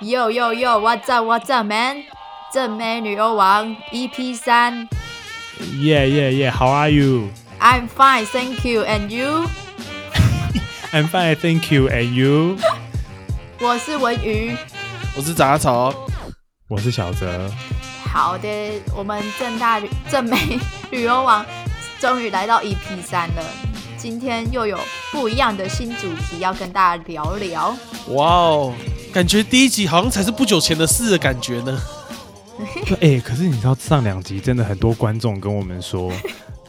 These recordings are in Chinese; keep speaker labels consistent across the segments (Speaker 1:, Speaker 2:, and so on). Speaker 1: Yo Yo Yo，What's up？What's up man？正妹女欧王 EP 三
Speaker 2: Yeah, yeah, yeah. How are you?
Speaker 1: ，I'm fine，Thank you，and you？
Speaker 2: I'm fine, thank you. And you?
Speaker 1: 我是文瑜。
Speaker 3: 我是杂草，
Speaker 2: 我是小泽。
Speaker 1: 好的，我们正大旅正美旅游网 终于来到 EP 三了，今天又有不一样的新主题要跟大家聊聊。
Speaker 3: 哇哦，感觉第一集好像才是不久前的事的感觉呢。
Speaker 2: 哎、可是你知道上两集真的很多观众跟我们 说，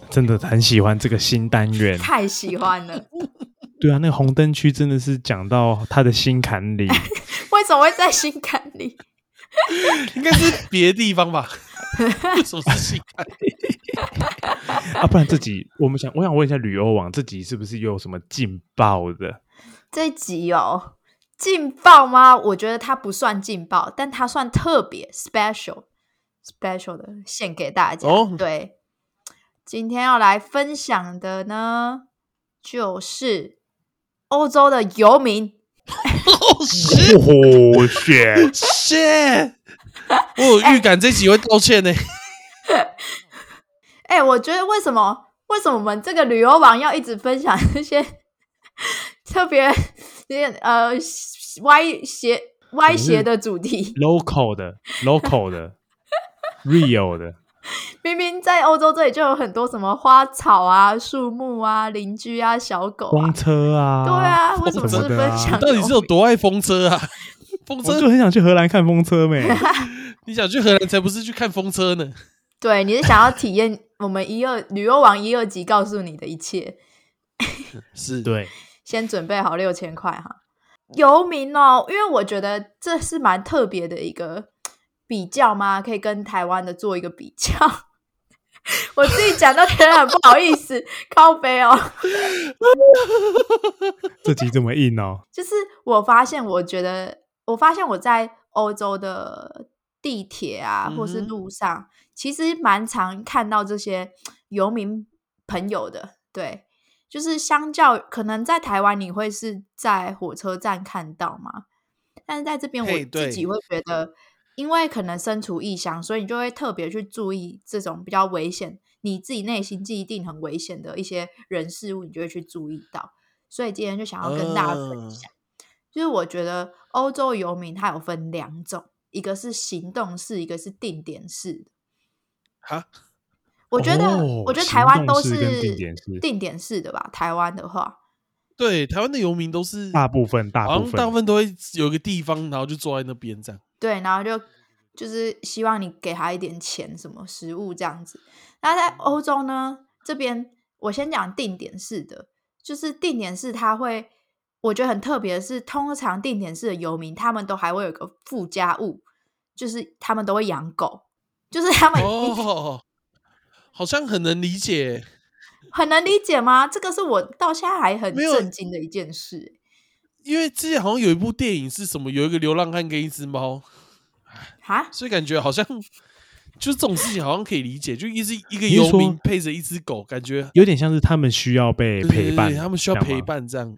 Speaker 2: 真的很喜欢这个新单元。
Speaker 1: 太喜欢了，
Speaker 2: 对啊，那个红灯区真的是讲到他的心坎 里。
Speaker 1: 为什么会在心坎里？
Speaker 3: 应该是别的地 方吧？为什么是性感？
Speaker 2: 啊，不然这集我们想，我想问一下旅游网这集是不是有什么劲爆的？
Speaker 1: 这一集哦，劲爆吗？我觉得它不算劲爆，但它算特别 special special 的献给大家。
Speaker 3: 哦
Speaker 1: 对，今天要来分享的呢，就是欧洲的游民。
Speaker 3: 哦，是
Speaker 2: 哦，血！
Speaker 3: shit！我有预感这集会 道歉呢。
Speaker 1: 哎、我觉得为什么为什么我们这个旅游网要一直分享这些 特别 有点呃歪斜歪斜的主题？
Speaker 2: local 的，local 的，real 的，
Speaker 1: 明明在欧洲这里就有很多什么花草啊、树木啊、邻居啊、小狗啊
Speaker 2: 公，车啊，
Speaker 1: 对啊，为什么
Speaker 2: 风
Speaker 1: 是
Speaker 2: 车的
Speaker 1: 分
Speaker 2: 啊
Speaker 1: 享？
Speaker 3: 到底是有多爱风车啊？ 风
Speaker 2: 我就
Speaker 3: 车，
Speaker 2: 很想去荷兰看风车没？
Speaker 3: 你想去荷兰才不是去看风车呢？
Speaker 1: 对，你是想要体验我们一二旅游网一二级告诉你的一切？
Speaker 3: 是，
Speaker 2: 对，
Speaker 1: 先准备好六千块哈。游民哦，因为我觉得这是蛮特别的一个比较嘛，可以跟台湾的做一个比较。 我自己讲都觉得很不好意思，靠背哦。
Speaker 2: 这集这么硬哦。
Speaker 1: 就是我发现，我觉得，我发现我在欧洲的地铁啊，或是
Speaker 3: 嗯哼
Speaker 1: 路上，其实蛮常看到这些游民朋友的。对，就是相较可能在台湾，你会是在火车站看到嘛，但是在这边我
Speaker 3: 嘿
Speaker 1: 自
Speaker 3: 对
Speaker 1: 己会觉得，因为可能身处异乡，所以你就会特别去注意这种比较危险，你自己内心既定很危险的一些人事物，你就会去注意到。所以今天就想要跟大家分
Speaker 3: 嗯
Speaker 1: 享，就是我觉得欧洲游民它有分两种，一个是行动式，一个是定点式的。
Speaker 3: 哈，
Speaker 1: 我觉得，
Speaker 2: 哦
Speaker 1: 我觉得
Speaker 2: 行
Speaker 1: 台湾
Speaker 2: 动
Speaker 1: 都
Speaker 2: 式
Speaker 1: 是
Speaker 2: 跟定点式
Speaker 1: 定点式的吧？台湾的话，
Speaker 3: 对，台湾的游民都是
Speaker 2: 大部分大
Speaker 3: 好
Speaker 2: 部
Speaker 3: 像大部
Speaker 2: 分
Speaker 3: 分都会有一个地方，然后就坐在那边这样。
Speaker 1: 对，然后就就是希望你给他一点钱，什么食物这样子。那在欧洲呢，这边我先讲定点式的，就是定点式，它会我觉得很特别的是，通常定点式的游民，他们都还会有个附加物，就是他们都会养狗，就是他们
Speaker 3: 哦，好像很能理解。
Speaker 1: 很能理解吗？这个是我到现在还很
Speaker 3: 没有
Speaker 1: 震惊的一件事。
Speaker 3: 因为之前好像有一部电影是什么，有一个流浪汉跟一只猫，
Speaker 1: 欸哈，
Speaker 3: 所以感觉好像就是这种事情好像可以理解，就一只一个
Speaker 2: 你是
Speaker 3: 游民
Speaker 2: 说
Speaker 3: 配着一只狗，感觉
Speaker 2: 有点像是他们需要被
Speaker 3: 对对
Speaker 2: 陪
Speaker 3: 对
Speaker 2: 伴，
Speaker 3: 他们需要
Speaker 2: 这样吗
Speaker 3: 陪。伴这样。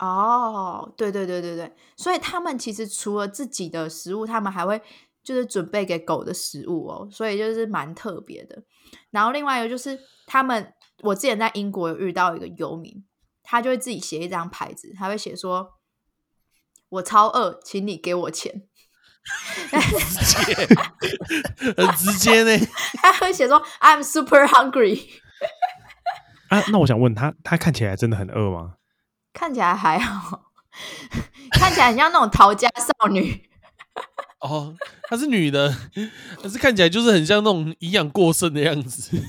Speaker 1: 哦，对对对对对，所以他们其实除了自己的食物，他们还会就是准备给狗的食物哦，所以就是蛮特别的。然后另外一个就是他们，我之前在英国有遇到一个游民，他就会自己写一张牌子，他会写说：“我超饿，请你给我钱。”
Speaker 3: 直接很直接呢，
Speaker 1: 他会写说：“I'm super hungry。
Speaker 2: 啊，那我想问他，他看起来真的很饿吗？”
Speaker 1: 看起来还好， 看起来很像那种逃家少女。
Speaker 3: 哦，她是女的，可是看起来就是很像那种营养过剩的样子，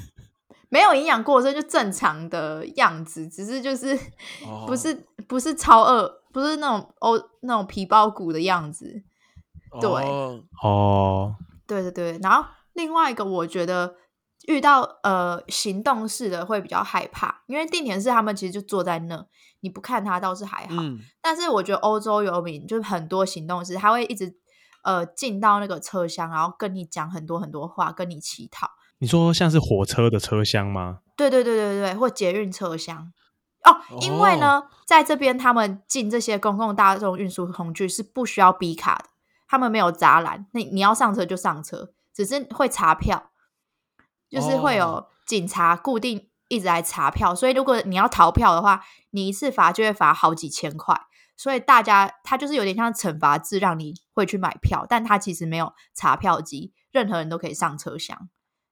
Speaker 1: 没有营养过剩就正常的样子，只是就是
Speaker 3: 哦
Speaker 1: 不是、不是超饿，不是那种欧那种皮包骨的样子。对
Speaker 3: 哦
Speaker 2: 哦，
Speaker 1: 对对对，然后另外一个我觉得遇到呃行动式的会比较害怕，因为定点式他们其实就坐在那，你不看他倒是还好，
Speaker 3: 嗯，
Speaker 1: 但是我觉得欧洲游民就是很多行动是，他会一直呃进到那个车厢，然后跟你讲很多很多话，跟你乞讨。
Speaker 2: 你说像是火车的车厢吗？
Speaker 1: 对对对对对，或捷运车厢。哦，因为呢，在这边他们进这些公共大众运输工具是不需要 B 卡的，他们没有栅栏，那你要上车就上车，只是会查票，就是会有
Speaker 3: 哦
Speaker 1: 警察固定一直来查票，所以如果你要逃票的话，你一次罚就会罚好几千块。所以大家它就是有点像惩罚制，让你会去买票，但它其实没有查票机，任何人都可以上车厢。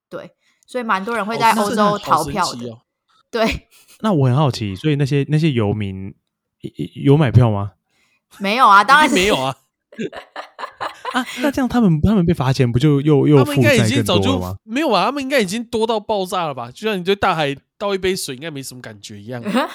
Speaker 1: 对，所以蛮多人会在
Speaker 3: 哦
Speaker 1: 欧
Speaker 3: 真的
Speaker 1: 洲
Speaker 3: 好
Speaker 1: 逃
Speaker 3: 神
Speaker 1: 票
Speaker 3: 奇
Speaker 1: 的。
Speaker 3: 哦
Speaker 1: 对，
Speaker 2: 那我很好奇，所以那些那些游民一一有买票吗？
Speaker 1: 没有啊，当
Speaker 3: 一
Speaker 1: 然
Speaker 3: 定没有啊，
Speaker 2: 啊，那这样他们他们被罚钱不就又又
Speaker 3: 他们
Speaker 2: 负
Speaker 3: 应该已
Speaker 2: 债
Speaker 3: 经
Speaker 2: 更
Speaker 3: 早
Speaker 2: 多了
Speaker 3: 就
Speaker 2: 吗？
Speaker 3: 没有啊吧？他们应该已经多到爆炸了吧？就像你对大海倒一杯水，应该没什么感觉一
Speaker 1: 嗯
Speaker 3: 样。啊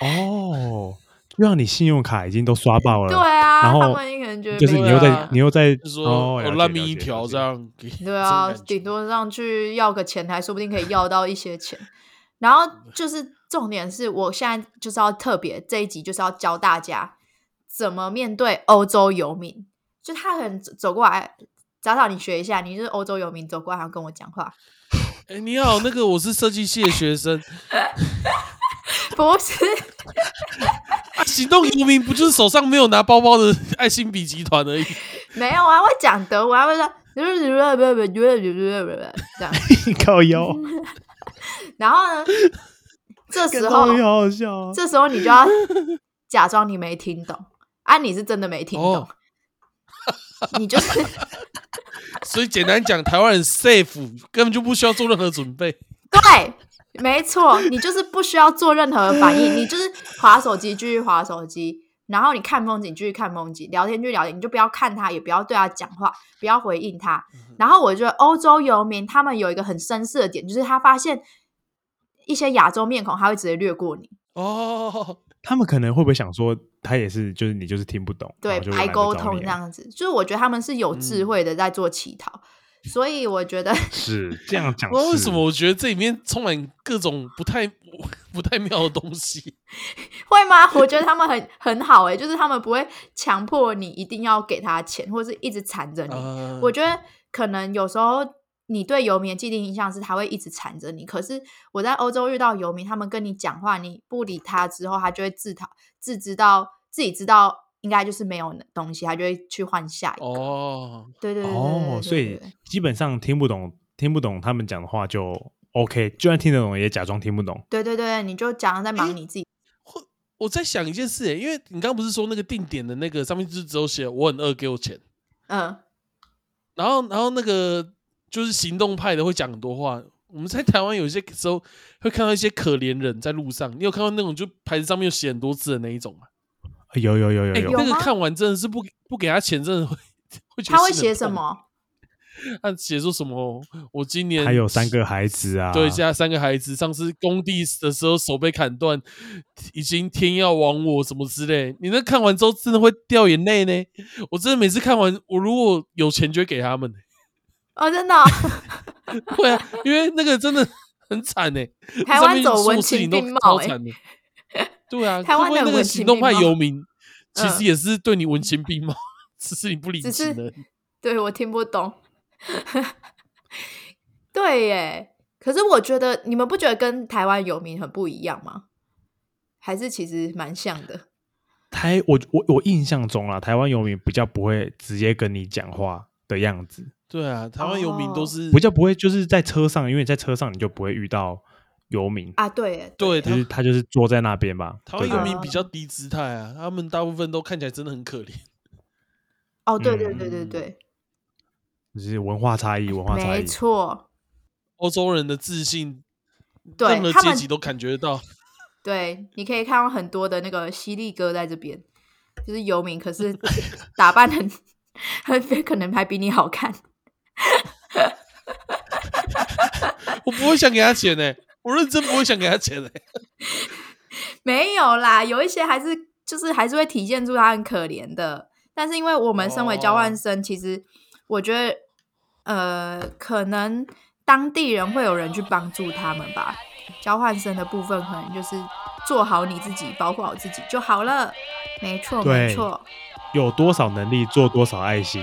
Speaker 2: 哦，就像你信用卡已经都刷爆了，
Speaker 1: 对啊，
Speaker 2: 然
Speaker 1: 他
Speaker 2: 后
Speaker 1: 们一个人觉得
Speaker 2: 就是
Speaker 1: 没
Speaker 2: 你
Speaker 1: 有
Speaker 2: 又在、
Speaker 1: 啊
Speaker 2: 你又在
Speaker 3: 就说
Speaker 2: 哦
Speaker 3: 我
Speaker 2: 了解
Speaker 3: 烂命
Speaker 2: 了
Speaker 3: 一
Speaker 2: 解
Speaker 3: 条
Speaker 2: 了解
Speaker 3: 这样，给
Speaker 1: 对啊，
Speaker 3: 这种感觉
Speaker 1: 顶多上去要个钱还说不定可以要到一些钱。然后
Speaker 3: 嗯
Speaker 1: 就是重点是我现在就是要特别这一集就是要教大家怎么面对欧洲游民，就他可能走走过来，早早你学一下，你就是欧洲游民走过来，然后跟我讲话，
Speaker 3: 哎、你好，那个我是设计系的学生，
Speaker 1: 不是
Speaker 3: 啊、行动游民不就是手上没有拿包包的爱心笔集团而已？
Speaker 1: 没有啊，会讲德文，还会说这样，
Speaker 2: 靠腰，
Speaker 1: 然后呢，这 时
Speaker 2: 靠
Speaker 1: 候
Speaker 2: 腰好好笑啊！
Speaker 1: 这时候你就要假装你没听懂，啊，你是真的没听懂，
Speaker 3: 哦
Speaker 1: 你就是
Speaker 3: 所以简单讲，台湾人 safe 根本就不需要做任何准备。
Speaker 1: 对，没错，你就是不需要做任何反应，你就是划手机继续划手机，然后你看风景继续看风景，聊天继续聊天，你就不要看他，也不要对他讲话，不要回应他。然后我觉得欧洲游民他们有一个很绅士的点，就是他发现一些亚洲面孔，他会直接略过你。
Speaker 3: 哦，
Speaker 2: 他们可能会不会想说，他也是，就是你就是听不懂，
Speaker 1: 对
Speaker 2: 然后就
Speaker 1: 排
Speaker 2: 懒得
Speaker 1: 沟
Speaker 2: 找
Speaker 1: 通
Speaker 2: 你
Speaker 1: 这样子，就是我觉得他们是有智
Speaker 3: 嗯
Speaker 1: 慧的在做乞讨，所以我觉得
Speaker 2: 是这样讲
Speaker 3: 不知道为
Speaker 2: 是
Speaker 3: 什 么，我觉得这里面充满各种不太不太妙的 东西。
Speaker 1: 会吗？我觉得他们很很好哎、就是他们不会强迫你一定要给他钱，或是一直缠着你。
Speaker 2: 嗯
Speaker 3: 啊
Speaker 1: 我觉得可能有时候你对游民的既定印象是他会一直缠着你，可是我在欧洲遇到游民，他们跟你讲话，你不理他之后，他就会自讨自知道自己知道应该就是没有东西，他就会去换下一个。
Speaker 3: 哦，
Speaker 1: 对对对对对
Speaker 2: 哦
Speaker 1: 对，
Speaker 2: 所
Speaker 1: 对
Speaker 2: 以
Speaker 1: 对
Speaker 2: 基本上听不懂，听不懂他们讲的话就 OK，就算听得懂也假装听不懂。
Speaker 1: 对对对，你就讲在忙你自己。
Speaker 3: 我在想一件事欸耶，因为你刚刚不是说那个定点的那个上面就只有写我很饿，给我钱。
Speaker 1: 嗯，
Speaker 3: 然后，然后那个就是行动派的会讲很多话。我们在台湾有些时候会看到一些可怜人在路上，你有看到那种就牌子上面有写很多字的那一种吗？
Speaker 2: 有有有有
Speaker 3: 哎、
Speaker 2: 有，
Speaker 3: 那
Speaker 1: 有
Speaker 3: 个
Speaker 1: 吗
Speaker 3: 看完真的是不不给他钱，真的会 会觉得
Speaker 1: 他会
Speaker 3: 心很
Speaker 1: 写什
Speaker 3: 痛？
Speaker 1: 么？
Speaker 3: 他写说什么？我今年
Speaker 2: 还有三个孩子啊，
Speaker 3: 对，家三个孩子，上次工地的时候手被砍断，已经天要亡我什么之类。你那看完之后真的会掉眼泪呢。我真的每次看完，我如果有钱就会给他们。
Speaker 1: 哦，真的哦、
Speaker 3: 会啊，因为那个真的很惨呢、
Speaker 1: 台湾走文情并茂
Speaker 3: 哎、
Speaker 1: 哎、
Speaker 3: 欸。对啊，
Speaker 1: 台湾
Speaker 3: 会不会
Speaker 1: 的
Speaker 3: 那个
Speaker 1: 文
Speaker 3: 行
Speaker 1: 情
Speaker 3: 动
Speaker 1: 并
Speaker 3: 派
Speaker 1: 茂
Speaker 3: 游民，其
Speaker 1: 嗯
Speaker 3: 实也是对你文情并茂，只是你不领
Speaker 1: 只
Speaker 3: 情
Speaker 1: 是
Speaker 3: 而已。
Speaker 1: 对我听不懂。对耶，可是我觉得你们不觉得跟台湾游民很不一样吗？还是其实蛮像的？
Speaker 2: 台我我我印象中啦，台湾游民比较不会直接跟你讲话的样子，
Speaker 3: 对啊，台湾游民
Speaker 1: 哦
Speaker 3: 都是
Speaker 2: 比较不会就是在车上，因为在车上你就不会遇到游民，
Speaker 1: 啊，对耶，
Speaker 3: 对
Speaker 2: 就是
Speaker 3: 台
Speaker 2: 他就是坐在那边吧。
Speaker 3: 台
Speaker 2: 对啊
Speaker 3: 湾
Speaker 2: 不对
Speaker 3: 游民比较低姿态啊，他们大部分都看起来真的很可怜。
Speaker 1: 哦，对对对对
Speaker 3: 嗯
Speaker 1: 对，
Speaker 2: 就是文化差异，文化差
Speaker 1: 没
Speaker 2: 异。
Speaker 1: 错，
Speaker 3: 欧洲人的自信，
Speaker 1: 对
Speaker 3: 任何
Speaker 1: 他
Speaker 3: 阶
Speaker 1: 们
Speaker 3: 级都感觉得到。
Speaker 1: 对，你可以看到很多的那个犀利哥在这边，就是游民，可是 打扮很，很可能还比你好看。
Speaker 3: 我不会想给他钱呢、我认真不会想给他钱呢、欸
Speaker 1: 没有啦，有一些还是就是还是会体现出他很可怜的。但是因为我们身为交换生，其实我觉得，呃，可能当地人会有人去帮助他们吧。交换生的部分可能就是做好你自己，包括我自己就好了。没错，
Speaker 2: 对
Speaker 1: 没错。
Speaker 2: 有多少能力做多少爱心。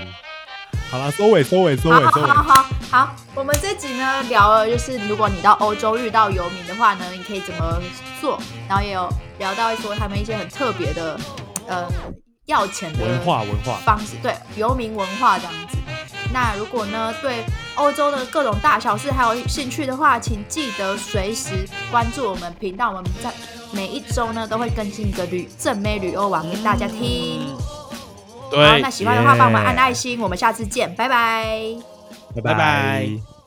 Speaker 2: 好啦，收尾，收尾，收
Speaker 1: 好
Speaker 2: 尾，
Speaker 1: 好
Speaker 2: 收尾
Speaker 1: 好。好好，我们这集呢聊了，就是如果你到欧洲遇到游民的话呢，你可以怎么做，然后也有聊到说他们一些很特别的呃要钱的
Speaker 2: 文化文化
Speaker 1: 方式，对游民文化这样子。那如果呢对欧洲的各种大小事还有兴趣的话，请记得随时关注我们频道，我们在每一周呢都会更新一个旅正妹旅欧网给大家听。好，
Speaker 3: 嗯对
Speaker 2: 嗯
Speaker 1: 那，喜欢的话帮我们按
Speaker 2: 耶
Speaker 1: 爱心，我们下次见，拜拜。
Speaker 2: 拜
Speaker 3: 拜拜